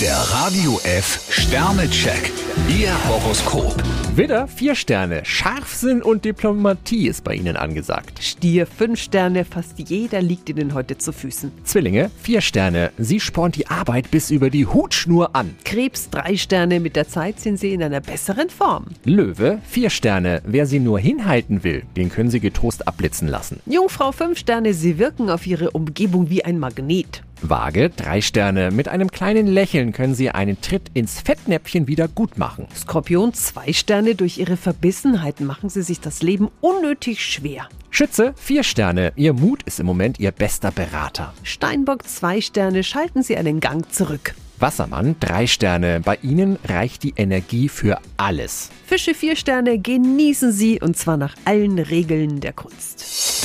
Der Radio F Sternecheck. Ihr Horoskop. Widder, vier Sterne. Scharfsinn und Diplomatie ist bei Ihnen angesagt. Stier, fünf Sterne, fast jeder liegt Ihnen heute zu Füßen. Zwillinge, vier Sterne. Sie spornt die Arbeit bis über die Hutschnur an. Krebs, drei Sterne, mit der Zeit sind Sie in einer besseren Form. Löwe, vier Sterne. Wer Sie nur hinhalten will, den können Sie getrost abblitzen lassen. Jungfrau, fünf Sterne, Sie wirken auf Ihre Umgebung wie ein Magnet. Waage, drei Sterne. Mit einem kleinen Lächeln können Sie einen Tritt ins Fettnäpfchen wieder gut machen. Skorpion, zwei Sterne, durch Ihre Verbissenheit machen Sie sich das Leben unnötig schwer. Schütze, vier Sterne. Ihr Mut ist im Moment Ihr bester Berater. Steinbock, zwei Sterne, schalten Sie einen Gang zurück. Wassermann, drei Sterne. Bei Ihnen reicht die Energie für alles. Fische, vier Sterne, genießen Sie und zwar nach allen Regeln der Kunst.